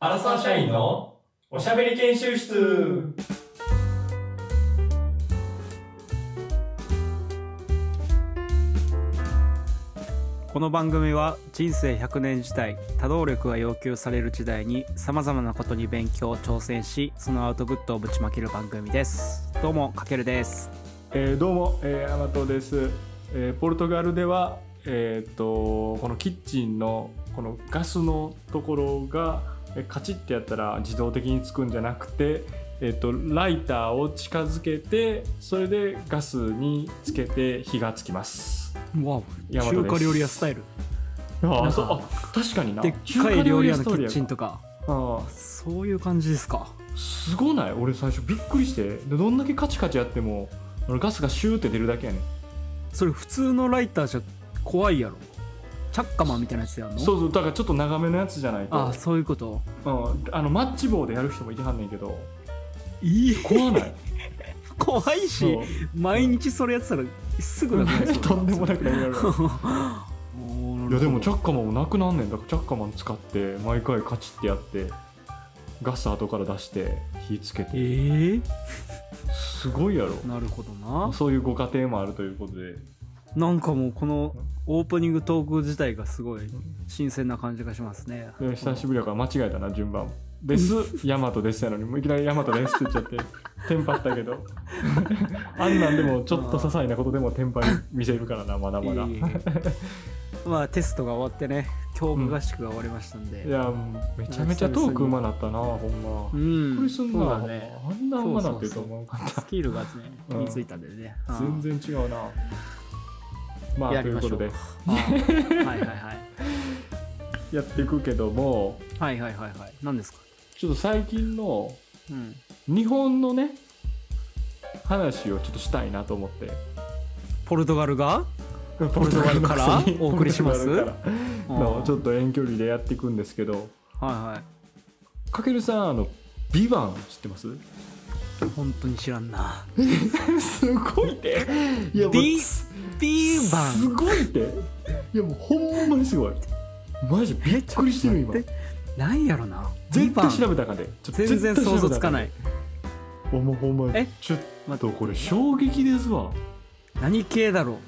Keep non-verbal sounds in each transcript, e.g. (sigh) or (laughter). アラサー社員のおしゃべり研修室この番組は人生100年時代多動力が要求される時代にさまざまなことに勉強挑戦しそのアウトプットをぶちまける番組ですどうもかけるですえーどうも、えー、アマトです、えーポルトガルでは、えー、とこのキッチンのこのガスのところが、えーカチッてやったら自動的につくんじゃなくて、えー、とライターを近づけてそれでガスにつけて火がつきますわ大和です中華料理屋スタイルあなんかあそうあ確かになでっ中か華い料理屋スのキトーリーッやチンとかああそういう感じですかすごない俺最初びっくりしてでどんだけカチカチやってもあのガスがシューって出るだけやねんそれ普通のライターじゃ怖いやろチャッカマンみたいなやつやんのそうそうだからちょっと長めのやつじゃないとああそういうことうん、あのマッチ棒でやる人もいてはんねんけどいい怖ない怖いしそう毎日それやってたらすぐなくなり (laughs) とんで (laughs) もなくなるやろいやでもチょャッカマンもなくなんねんだからチャッカマン使って毎回カチってやってガス後から出して火つけええてすごいやろなるほどなそういうご家庭もあるということでなんかもうこのオープニングトーク自体がすごい新鮮な感じがしますねで久しぶりだから間違えたな順番ですヤマトですやのにもういきなりヤマトですって言っちゃってテンパったけ (laughs) どあんなんでもちょっと些細なことでもテンパに見せるからなまだまだいえい (laughs) えまあテストが終わってね教務合宿が終わりましたんで、いやめちゃめちゃトークうまなったなほんまうびっんくりすんそうなだねあんなうまなってると思うかスキルがねうん身についたんでね、らうん全然違うなまやあとりいうまこしょとうであーはいはいはいやっていくけどもはいはいはいはい何ですかちょっと最近のうん日本のね話をちょっとしたいなと思ってポルトガルがポルトガルからお送りしますポルトガルからのちょっっと遠距離でやっていくんですけどとはいはいかけるさんあの「ビバン知ってます (laughs) 本当に知らんなすごいっていもう B ビーバすンごいっていやもうほんまにすごいマジびっくりしてる今待ってなんやろな絶対調べべたらあかんでちょ全然想像つかないいほんまほんまえちょっとこれ衝撃ですわ何系だろ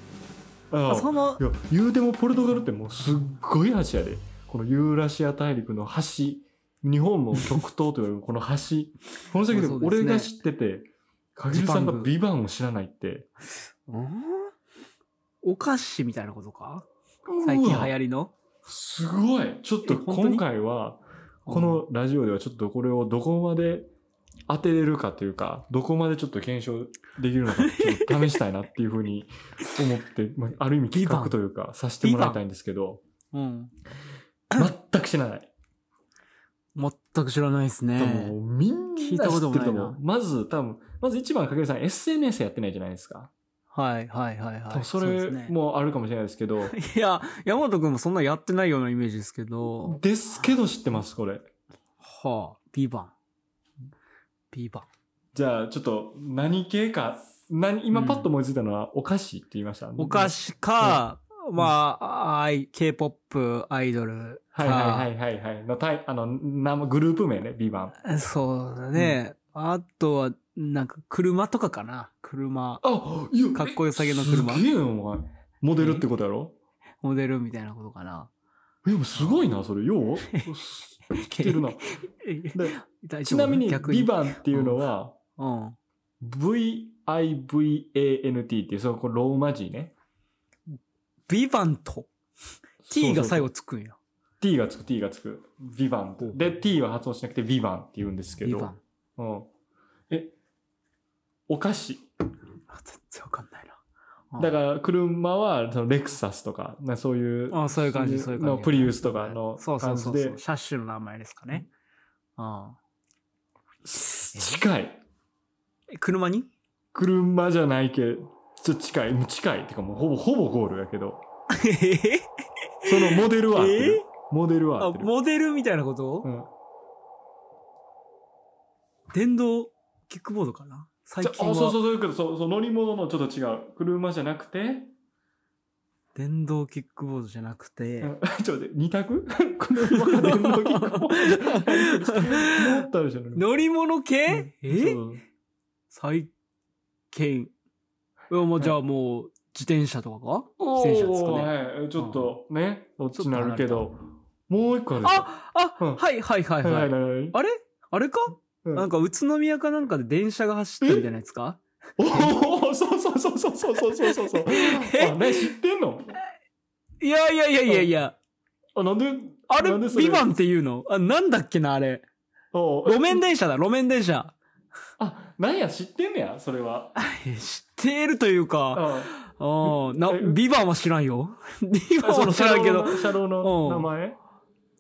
うああそのいや言うてもポルトガルってもうすっごい橋やでこのユーラシア大陸の橋日本も極東と言われるこの橋この先でそうもですね俺が知っててかけるさんジパがン「グビバンを知らないってうんお菓子みたいなことか最近流うわ行りのすごいちょっとえ本当に今回はこのラジオではちょっとこれをどこまで当てれるかというか、どこまでちょっと検証できるのかちょっと試したいなっていうふうに (laughs) 思って、まあ、ある意味企画というかさせてもらいたいんですけど、うん全く知らない。全く知らないです多ね分みんな知聞いたこともってないるなと思う。まず多分、まず一番かけるさん SNS やってないじゃないですか。はいはいはい多は分いそうでれすねもあるかもしれないですけど、いや山本君もそんなやってないようなイメージですけどですけど知ってます、これ。はあビバンビバンじゃあちょっと何系か、何、今うんパッと思いついたのはお菓子って言いました。お菓子か、まあ、あい K-POP アイドルか、はいはいはいはいはい。のタイあの、名もグループ名ね、ビバン。そうだね。あとは、なんか車とかかな。車、あいやかっこよさげの車えすげえよ、お前。モデルってことやろモデルみたいなことかな。え、でもすごいな、それ。 (laughs) よう来てるな。えで大ち丈夫なみに、逆ビバンっていうのは、うん。 VIVANT っていう、そのこれローマ字ね。ビバンと T が最後そうそうそう。つくんや。 T がつく、T がつく。ビバンほうで、T は発音しなくてビバンって言うんですけビど。バン。うん。え、お菓子。あ全然わかんないな。あだから車はそのレクサスとか、なそういう。あそういう感じ、そういう感じ。のプリウスとかのそうそうそう感じそう。で車種の名前ですかね。うん。近い。え車に車じゃないけど、ちょっと近い。もう近い。てかもうほぼ、ほぼゴールやけど。えへそのモデルは合ってへえる。モデルは (laughs) 合あ、ってる。モデルみたいなこと、うん。電動キックボードかな最じゃあ近は。そうそうそういうこと、そうそう乗り物のちょっと違う。車じゃなくて、電動キックボードじゃなくて、 (laughs) ちょっと待って二択 (laughs) この馬が電動キックボード乗ったでしょ乗り乗り物系、えそう最近。いやもうじゃあもう、自転車とかかお自転車ですかねーはい、ちょっとね、どっちになるけちょっど、もう一個あるでしょあ、あ、うんはいはいはいはい。はいはいはいあれあれか、うんなんか宇都宮かなんかで電車が走ってるじゃないですかおおそうそうそうそうそうそうそうそ (laughs) うそう。あ、ね、知ってんのいやいやいやいやいや。あ、なんで、あれ、なんでそれビバンっていうのあ、なんだっけな、あれ。おー路面電車だ、路面電車。あ、なんや、知ってんねや、それは。え知っているというか、あ、あーな、えビバンは知らん (laughs) よ。ビ (laughs) バンそはの知車らんけ両ど、の、車両の名前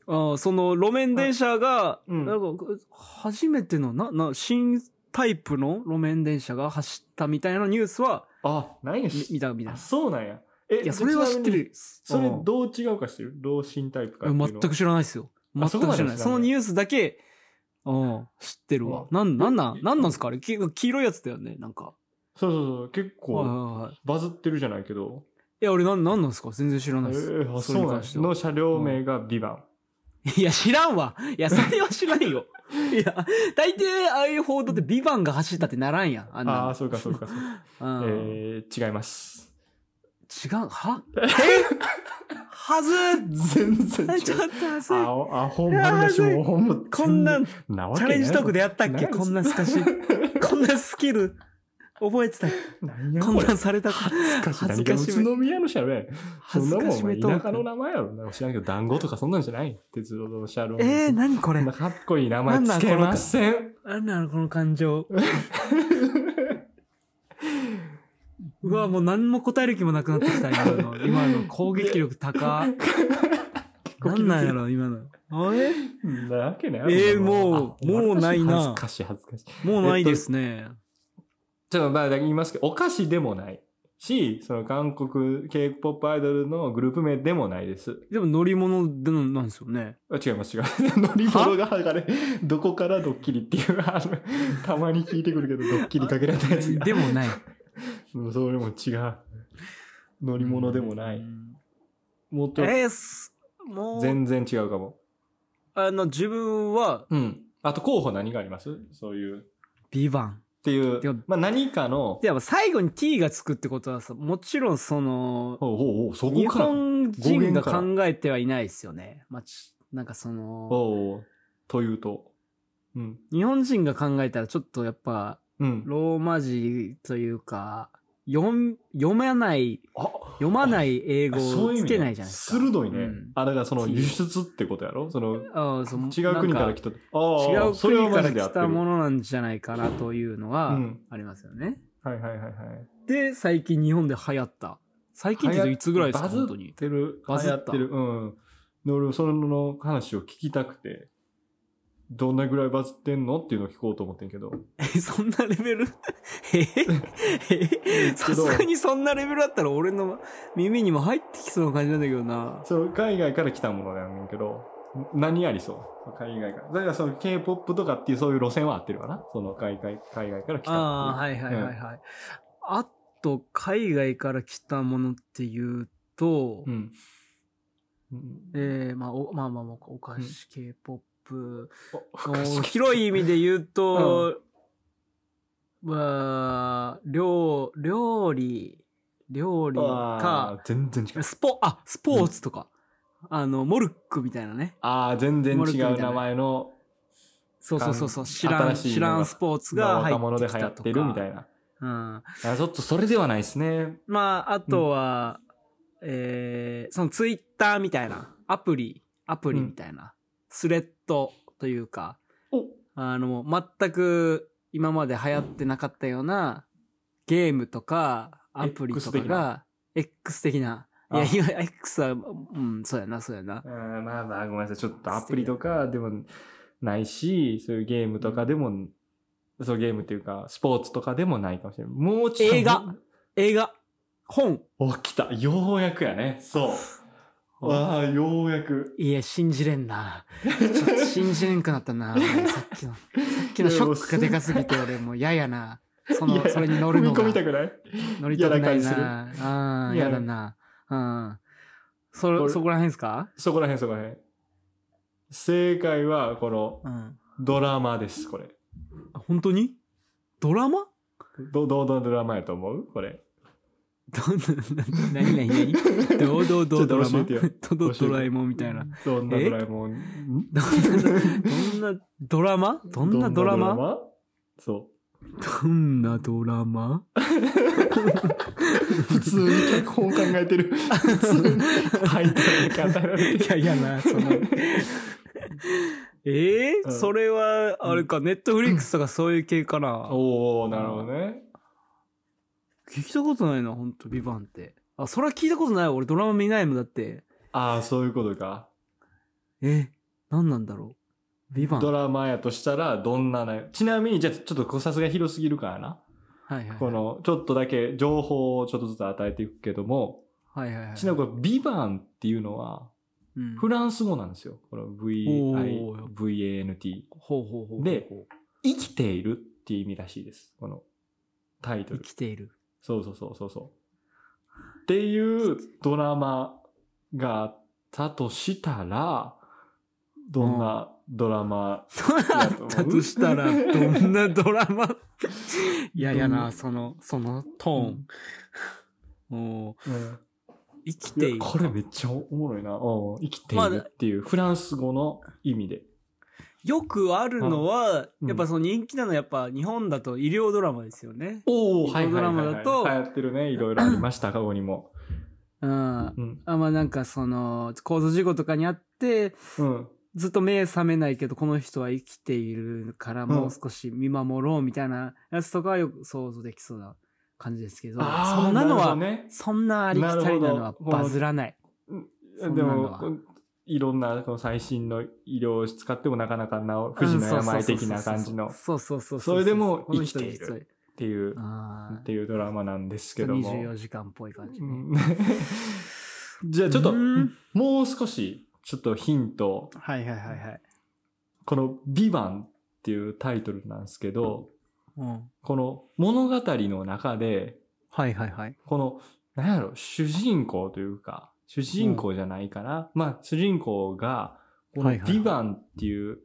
あーその路面電車が、うんなんか、初めての、な、な、新タイプの路面電車が走ったみたいなニュースは、あ、なんや、み知見たみたいあな。そうなんや。えいや、それは知って。る。ちなみにそれうん、どう違うか知ってる老新タイプかっていうの。全く知らないですよ。全あくそ知こまでらはない。知らそないのニュースだけ、うん、知ってるわ。うなん、なんなん、えなんなんすかあれき黄色いやつだよね、なんか。そうそうそう、結はいは構いはい。バズってるじゃないけど。いや、俺なん、なんなんすか全然知らえないです。ーあそそれうにな関んやしてはの車両名がビバン。いや、知らんわ。いや、それは知らんよ。いや、大抵、ああいう報道ってビバンが走ったってならんやん。あんなのああー、そうかそうかそうか。うんえー、違います。違う、はえはず全然違う。 (laughs) ちょっとあ焦るおアホ話もほんまこんなん、チなわけャないレンジトークでやったっなけいこんなすかし、こんなスキル、覚えてた。なんやここんれなんされたか。恥ずかしい恥ずかしめ何が宇都宮の車両やそ恥んずなかもんおしめ前ト田舎のーク。名前やろなんか知らんけど団子とかそんなんじゃない鉄道の車両えー、何ここれんなかっこいい名前つけません何なのこの感 (laughs) 情。うわ、もう何も答える気もなくなってきた、今の。今の攻撃力高。何なんやろ、今の。あれなわけないえーもうあもうないな恥ずかしい恥ずかしい恥ずかしいもうないですね。ちょっとまあだけ言いますけどお菓子でもないしその韓国 K-POP アイドルのグループ名でもないですでも乗り物でのなんですよね。あ違います違います (laughs) 乗り物が剥がれどこからドッキリっていうあのたまに聞いてくる (laughs) けどドッキリかけられたやつがでもない。うんそれも違う乗り物でもなういんもっとえーすもう、全然違うかもあの、自分は、うんあと候補何がありますそういうっビバン。ていてかうまあ何かのでやっぱ最後に t がつくってことはさ、もちろんその、おうおうおうそこ日からおう本人が考えてはいないですよね。まあ、ちなんかその、おうというとうん日本人が考えたらちょっとやっぱ、うんローマ字というか、読ん読まない、あ読まない英語そうをいう意つ味けないじゃないですか。鋭いね、うんあだからその輸出ってことやろそのああそう違う国から来た。たあ違あうそれは国マかジで合らっ来てるたものなんじゃないかなというのはうんありますよね。はいはいはいはいで、最近日本で流行った。最近って言うといつぐらいですか、バズ本当っに。てる。バズった流行ってる。うん。で俺、その話を聞きたくて、どんなぐらいバズってんのっていうのを聞こうと思ってんけど。え、 (laughs) そんなレベル (laughs) ええさすがにそんなレベルだったら俺の耳にも入ってきそうな感じなんだけどな。その海外から来たものなんやけど、何ありそう海外から。だからその K-POP とかっていうそういう路線は合ってるわな。その海外海外から来たっていう。ああ、はいはいはいはい。あと、海外から来たものっていうと、うん。うん。えーまあ、おまあまあまあ、お菓子、K-POP おの広い意味で言うと、まあ、料、料理、料理あか、ー全然違う。スポ、あ、スポーツとか、あの、モルックみたいなね。ああ、全然モルックみ違たいなう名前のそうそうそうそう、かん知らん、新しいのが知らんスポーツが入若っ者てでき流行たっとか。てるみたいな。うん。あちょっとそれではないですね。まあ、あとは、えー、そのツイッターみたいな、アプリ、アプリみたいな、スレッドというか、おあの、全く今まで流行ってなかったようなゲームとか、アプリとかが、X 的な、いや、あ今、X は、うん、そうやな、そうやなあ。ーまあまあ、ごめんなさい。ちょっとアプリとかでもないし、そういうゲームとかでも、そうゲームっていうか、スポーツとかでもないかもしれない。もうちょっと。映画映画、本、お、来た。ようやくやね。そう。ああ、ようやく。いや、信じれん (laughs) な。ちょっと信じれんくなったな。さっきの、さっきのショックがでかすぎて、俺もう嫌やな。そいの、やそれに乗るの踏み込みがたくない乗りたくない嫌なな。ああ、嫌嫌だなな。うん。そこれ、れそこら辺ですかそこら辺そこら辺正解はこのうん。ドラマですこれ本当にドラマどどどのドラマやと思うこれど (laughs) 何何何何どうどうどうドラちょマっと教えてよどどドラえもんみたいな。どんなドラえもんんどんなドラマどんなドラマそどんなドラマう普通に脚本考えてる普通にタイトルに語ら (laughs) れいてやいやな、その。ええうんそれは、あれか、ネットフリックスとかそういう系かな。おおなるほどね聞いたことないな、ほんと、ビバンって。あ、それは聞いたことないわ俺ドラマ見ないもんだって。ああそういうことかえ、何なんだろう。ビバン。ドはラマやとしたらどんななちなみにじゃあちょっと考察が広すぎるからないはいはい。このちょっとだけ情報をちょっとずつ与えていくけどもはいはいはい。ちなみにこれ「ビバンっていうのはうんフランス語なんですよこのおー VIVANT ほうほうほう。で生きているっていう意味らしいですこのタイト生ルきている。そうそうそうそうそうっていうドラマがあったとしたらどんなドラマやと思うだとしたら、どんなドラマいやいやどんな、その、そのトーン。おーうん生きいていやる。これめっちゃおもろいな。うん生きているっていうフランス語の意味で。よくあるのは、うんやっぱその人気なのはやっぱ日本だと医療ドラマですよね。おはいはいはいはい流行ってるね。いろいろありました、過去にも。うん。うん。あまあなんかその、交通事故とかにあって、うん。ずっと目覚めないけど、この人は生きているからもう少し見守ろうみたいなやつとかはよく想像できそうな感じですけど、あーそんなのは、るほどねそんなありきたりなのなはるほどバズらない。そんでなのもは、いろんなこの最新の医療を使ってもなかなか治不治の病的な感じのっそうそうそうう。それでもこの人生きている実はていう、あっていうドラマなんですあ、けども。 24時間っぽい感じうね。ん (laughs) じゃあちょっとうん、もう少し、ちょっとヒントをはいはいはいはい。この「ビバンっていうタイトルなんですけど、うん。この物語の中ではいはいはい。この何やろ主人公というか主人公じゃないかな、まあ主人公がこのはい「はいはいビバンっていう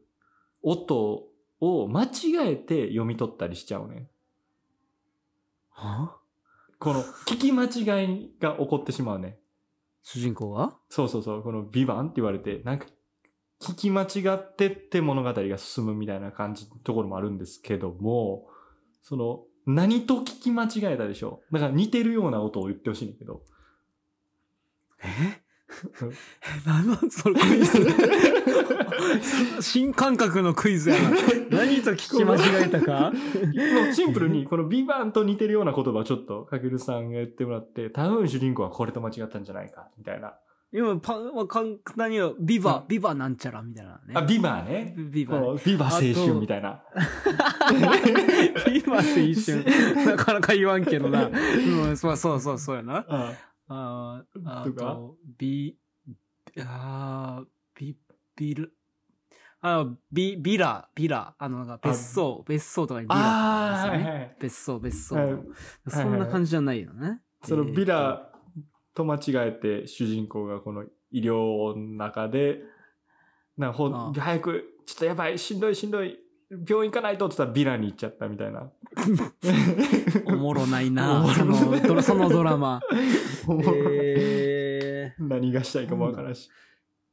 音を間違えて読み取ったりしちゃうねはこの聞き間違いが起こってしまうね主人公はそうそうそうこの「ビバンって言われてなんか聞き間違ってって物語が進むみたいな感じのところもあるんですけどもその何と聞き間違えたでしょだから似てるような音を言ってほしいんだけどえ (laughs) 何なんそれクイズ (laughs) 新感覚のクイズやな。何と聞き間違えたかもうシンプルにこの「ビバンと似てるような言葉をちょっとかけるさんが言ってもらって多分主人公はこれと間違ったんじゃないかみたいな (laughs) 今、パンは簡単には、ビうバん、ビバなんちゃらみたいなね。あビバーねビこバ。 (laughs) のビバ青春みたいなビバ青春。なかなか言わんけどな。うん、そうそうそう、そうやな。あーあとかと、ビ、あービ、ビル、あ、ビ、ビラ、ビラ、あの、なんか別荘、別荘とかにビラあってああーりますよはねいはいはい別荘、別荘はいの。そんな感じじゃないよね。そのえービラと間違えて主人公がこの医療の中でなんかほあんあ早くちょっとやばいしんどいしんどい病院行かないとって言ったらビラに行っちゃったみた (laughs) いなおもろないな (laughs) おもそろのドラ、そのドラ (laughs) マ。何がしたいかもわからんし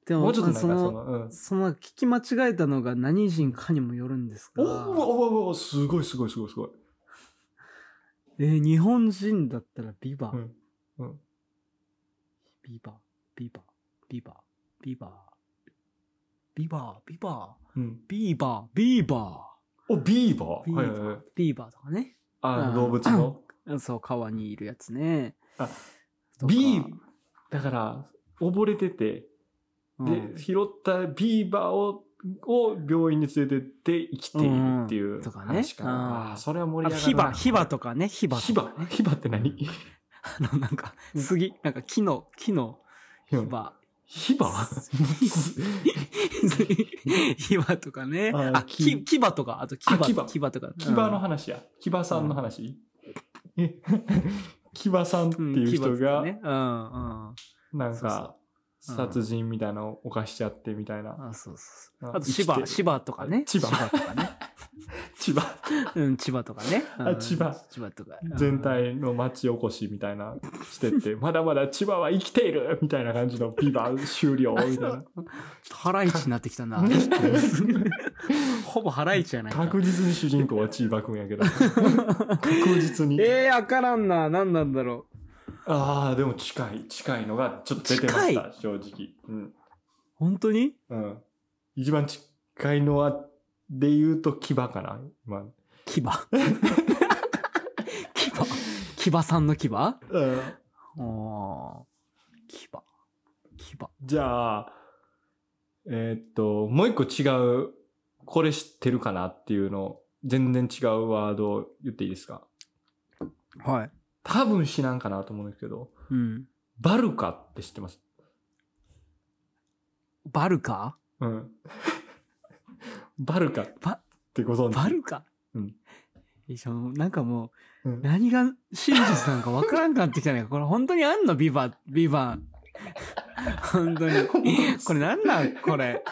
でも、もうちょっとなんかそそのの、うんその聞き間違えたのが何人かにもよるんですおがー、おーおーおーすごいすごいすごいすごい、えー日本人だったらビバ、うんうんビバ、ビバ、ビバ、ビバ、ビバ、ビバ、うん、ビーバー、ビーバおビーバー、ビーーバはいはいはいー、ビーバーとかね。あうん動物のそう、川にいるやつね。あとかビーだから溺れててうんで、拾ったビーバーを、を病院に連れてって生きているっていううんとかね話かな。うんあーそれは盛ありと、ヒ上がるな。バ、ヒバとかね、ヒバヒとか。バ、ヒバって何あの、 (laughs) なんか、うん杉、なんか木の、木の、ヒ (laughs) バ。ヒバヒバとかね。ああ、木キキバとか、あとキあキバ、バキバとか。キバうのん話や。キバさんの話、え (laughs) キバさんってんいう人規模が、ってね、うんうんなんそうかそううん殺人みたいなのを犯しちゃってみたいな。あそうそうそうああと生きて千葉千葉とかね千葉とか (laughs) ね、千葉うん、千葉とかね、うんあ千葉千葉とか全体の町おこしみたいなしてって、まだまだ千葉は生きているみたいな感じのビバ終了みたいな。ちょっとハライチになってきたな。 (laughs) ほぼハライチじゃないか。確実に主人公は千葉くん (laughs) やけど。確実に。えー、わからんな。何なんだろう。ああ、でも近い、近いのがちょっと出てま近したい、正直。うん。本当にうん。一番近いのは、で言うと牙かな、今。牙。牙。 (laughs) 牙さんの牙おうん。ー牙。牙。じゃあ、えーっと、もう一個違う、これ知ってるかなっていうの、全然違うワードを言っていいですかはい。多分知らんかなと思うんですけど、うん。バルカって知ってますバルカうん。バルカっバ、てご存知バルカうんいやそのなんかもう、うん何が真実なのかわからんかってきたね。これ本当にあんのビバ、ビバン。本当 (laughs) に。これなんなんこれ。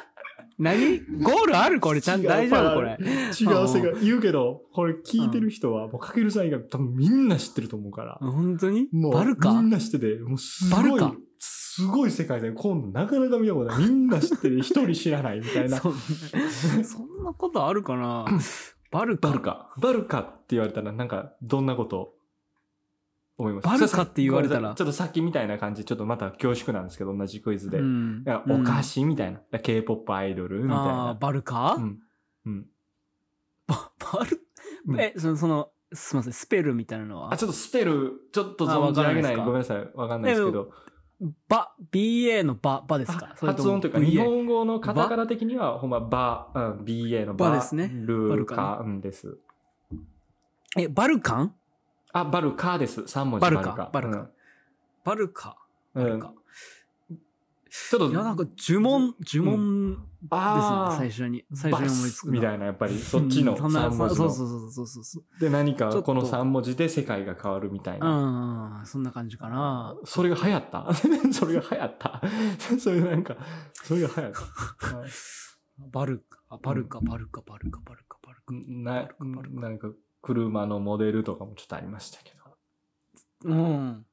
何ゴールあるこれちゃんと大丈夫これ。違う世界。言うけど、これ聞いてる人は、もうかけるさん以外多分みんな知ってると思うから。本当にもう、バルカみんな知ってて、もうすごバルいカ、すごい世界で、今度なかなか見たことない。みんな知ってて、一人知らないみたいな。 (laughs) そんなそんなことあるかなバルカ。バル。カ。バルカって言われたら、なんか、どんなこと思いますバルカって言われたらごめんなさいちょっとさっきみたいな感じ、ちょっとまた恐縮なんですけど、同じクイズで。うんだからお菓子みたいな。K-POP アイドルみうんたいああ、な。バルカ、うん。うん。ババルうんえ、その、その、すみません、スペルみたいなのはあ、ちょっとスペル、ちょっとあ存わじから上ないげでなすい。かごめんなさい。わかんないですけど。バ、BA のバ、バですかあ発音というか、日本語のカタカナ的には、ほんま、バ、うん、BA のババですねバルルカカうんです。え、バルカンあ、バルカです。3文字。バルカバルカ。バルカ。うんバうルんカ。ちょっいや、なんと、か呪文、呪文ですね、あ最ー初に。最初にバ思いつスくみたいいな、やっぱり、そっちのそんな3文字そのうそうそうそうそう。で、何かちょっとこの3文字で世界が変わるみたいな。うん、そんな感じかな。それが流行った (laughs) それが流行った (laughs) それなんか、それが流行った。はいバルカ、バルカ、バルカ、バルカ、バルカ、バルカ。な、なんか、車のモデルとかもちょっとありましたけうど。ん。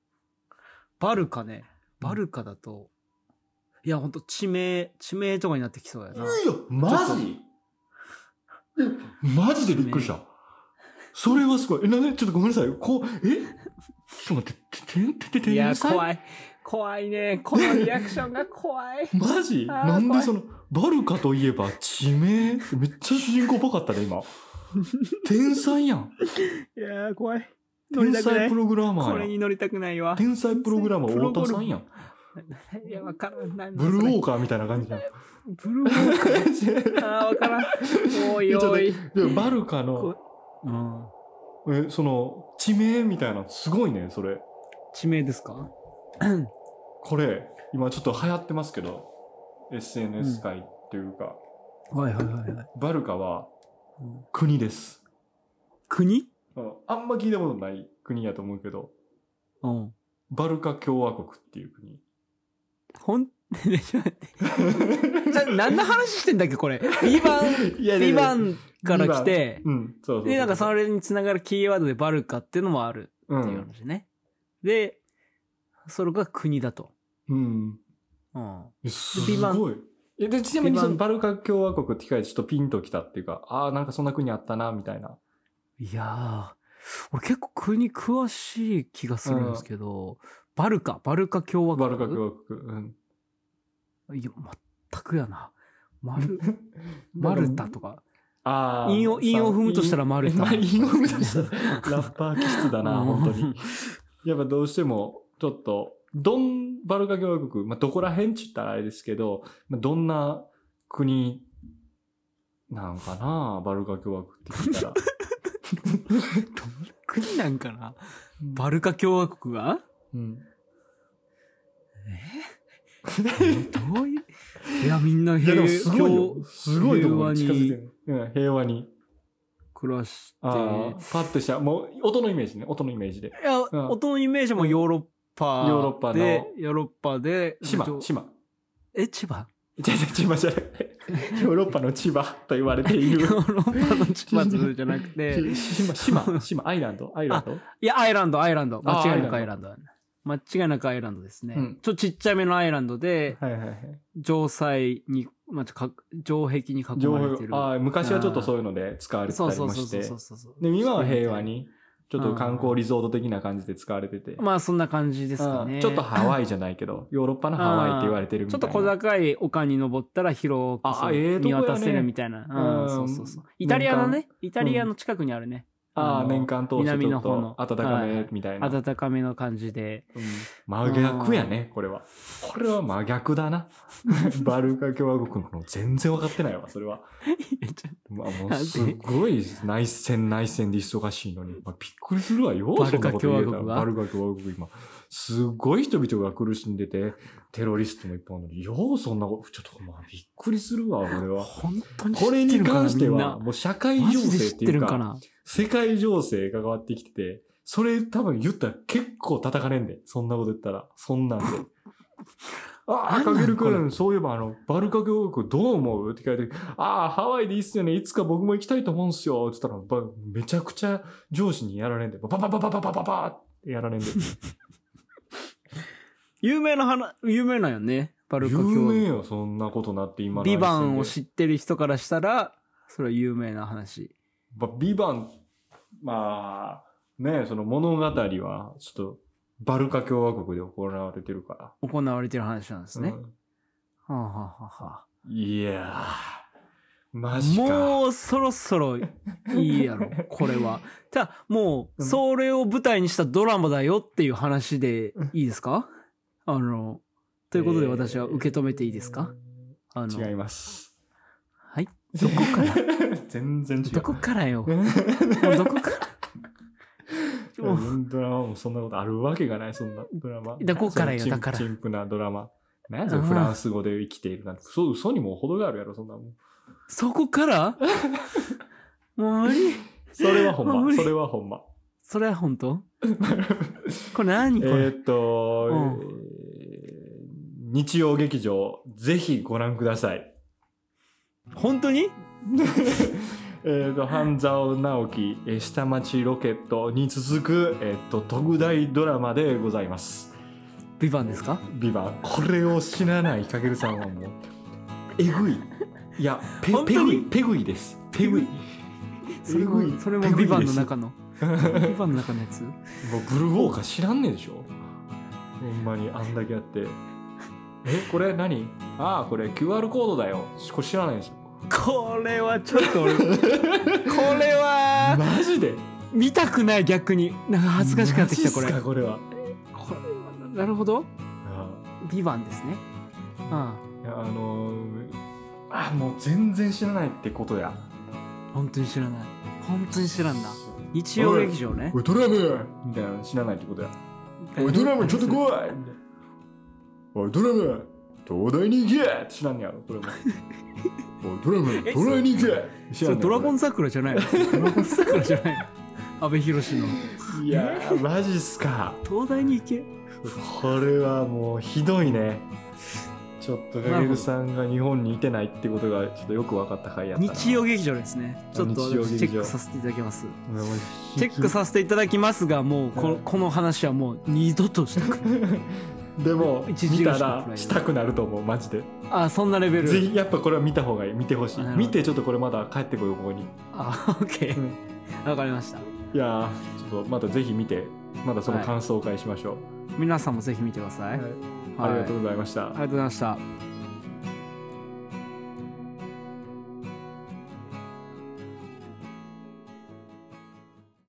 バルカね。バルカだと、いや、ほんと地名、地名とかになってきそうやな。いや、マジマジでびっくりした。それはすごい。え、な、な、ちょっとごめんなさい。こう、えちょっと待って、て、て、て、て、て、いや、天才。怖い。怖いね。このリアクションが怖いマジあーなんでその、バルカといえば地名めっちゃ主人公っぽかったね、今。天才やん。 (laughs) いやー、怖い。乗り天たくな才いプ。ログラマこーれやん。に乗りたくないわ。天才プログラマー太田さんやん。いや、わからん。なんだブそルーれウォーカーみたいな感じやん。ブルーウォーカー。あー、わからん。おいおい。でもバルカの、うん。え、その、地名みたいなのすごいね、それ。地名ですかこれ今ちょっと流行ってますけど SNS 界っていうか、はいはいはいはい。バルカは国です国うんあんま聞いたことない国やと思うけどうん。バルカ共和国っていう国ほん、 (laughs) ちょっと待って。じゃ、何の話してんだっけ、これ。ビバ (laughs) ン、 (laughs) いやビバンから来て、うんそうそうそうで、なんかそれにつながるキーワードでバルカっていうのもあるう、っていうん話ね。で、それが国だと。うん、うん。えすごいえでちなみにビバンそのバルカ共和国って聞かれてちょっとピンときたっていうかああなんかそんな国あったなみたいないやー、俺結構国詳しい気がするんですけど、バルカ、バルカ共和バ国。ルカ共和 (laughs) 国うんいや、全くやな。マル、マルタとか。ああ。韻を韻を踏むとしたらマルタまあ韻を踏むとしたら、 (laughs) ラッパー気質だな、うん本当に。やっぱどうしても、ちょっと、ドンバルカ共和国、まあ、どこら辺って言ったらあれですけど、まあ、どんな国なんかな、バルカ共和国って聞いたら。国なんかな (laughs) バルカ共和国がうん。どういういや、みんないや、平でもすごいよ共。すごいところ平和にに近づいてる。うん、平和に。暮らして、あーパッとしたもう音のイメージね音のイメージでいや、うん音のイメージもヨーロッパで、ヨーロッパのヨーロッパで、島えっと島え、千葉違う違う千葉じゃない (laughs) ヨーロッパの千葉と言われてい (laughs) ヨるーロッパの千葉ズじゃなく (laughs) て、島島島アイ (laughs) ランドアイランドいや、アイランド、アイランド。あ間違いなくアアイイラランドだね。間違いなくアイランドですね。うんちょっとちっちゃめのアイランドで、はいはいはい城塞に、まあ、ちょか城壁に囲情ま報れてる。あー昔はちょっとそういうので使われてたそうりそもうそうしてそうでそうそう。今は平和。にちょっと観光リゾート的な感じで使われてて、まあ、そんな感じですかうんね。ちょっとハワイじゃないけどヨーロッパのハワイって言われてるみちょたっいとな小高い丘に登ったら広くあそうええとこ見やね渡せるみたいな。うん、うそんうそうそう。イタリアのね、イタリアの近くにあるね。ああの年間通してち南ょのっ方との温かめみたいな、暖かめの感じ (laughs) で。うん真逆やねこれはこれは真逆だな (laughs) バルカ共和国の全然分かってないわそれは、まあ、もうすごい内戦内戦で忙しいのに、まあ、びっくりするわよバルカ共和国そんなこと言えたがらバルカ共和国今すごい人々が苦しんでてテロリストもいっぱいおるのにようそんなことちょっとまあびっくりするわ俺は本当に知っこてれるにのかな関してみんはなもう社会マ情ジで勢知っってているうんかかな世界情勢が変わってきててそれ多分言ったら結構叩かれんでそんなこと言ったらそ (laughs) んなんで。ああ、なんなんかけるくこん、そういえば、あの、バルカ共和国どう思うって聞いて、ああ、ハワイでいいっすよね。いつか僕も行きたいと思うんすよ。って言ったら、ばめちゃくちゃ上司にやられんで、バババババババババってやられんで。有名な花、有名なんよね。 (laughs) バルカ有共和国名よ、そんなことなって今のビバンをて知ってる人からしたら、それは有名な話。まあ、ビバン、まあ、ね、その物語は、ちょっと、バルカ共和国で行われてるから。行われてる話なんですね。うんはあ、はあはあはいやー、マあ、ジか。う、もうそろそろいいや (laughs) ろ、これは。じゃあ、もう、うんそれを舞台にしたドラマだよっていう話でいいですかあの、ということで私は受け止めていいですか、あの、違います。はい。どこから (laughs) 全然違う。どこからよ。もうんうどこ (laughs) からもうドラマもそんなことあるわけがない、そんなドラマ。どこからよそのチンだからチンプなドラマ。なんやそれあーフランス語で生きているなんて。そう、嘘にも程があるやろ、そんなもん。そこからもう無理。それはほんあ無ま、理それはほんま。それは本当これ何これ、えーっと、うんえー日曜劇場、ぜひご覧ください。本当にえーっと、半沢直樹、えー下町ロケットに続く、えーっと、特大ドラマでございます。ビバンですかビバン、これを知らないかけるさんはもう、えぐい。いや、ペ本当ペグイ、にペグイです。ペグイ。もそれえぐもいそれえもぐいビバンでのす中のビバンの中のやつうブルボーカ知らんねえでしょほんまに、あんだけやって。え、これ何ああ、これ QR コードだよ。これ知らないでしょ。これはちょっと俺 (laughs) これはマジで見たくない逆になんか恥ずかしくなってきたこれマジっすかこれは。これはなるほどビバンですねあいやあのー、あもう全然知らないってことや。あ本当に知らない本当に知らんだ日曜劇場ねおいドラムみたいなの知らないってことや。おいドラムちょっと来い (laughs) おいドラム東大に行けって知らんねやろこれも。おいドラムえ東大に行け知そられんねやろドラゴン桜じゃない (laughs) のドラゴン桜じゃないの阿部寛のいやーマジっすか。東大に行けこれはもうひどいね。ちょっとかけるさんが日本にいてないってことがちょっとよく分かった回やったな。日曜劇場ですねちょっと日曜劇場私チェックさせていただきますもうチェックさせていただきますがもうこ,、うんこの話はもう二度とした (laughs) くないでも一見時たがしたくないらしたくなると思うマジであそんなレベルぜひやっぱこれは見た方がいい見てほしいなるほど見てちょっとこれまだ帰ってこようここにあオッケうーわかりましたいやーちょっとまたぜひ見てまたその感想をお返ししましょ皆さんもぜひ見てくださう、い、はいはいありがとうございました、ありがとうございましたはい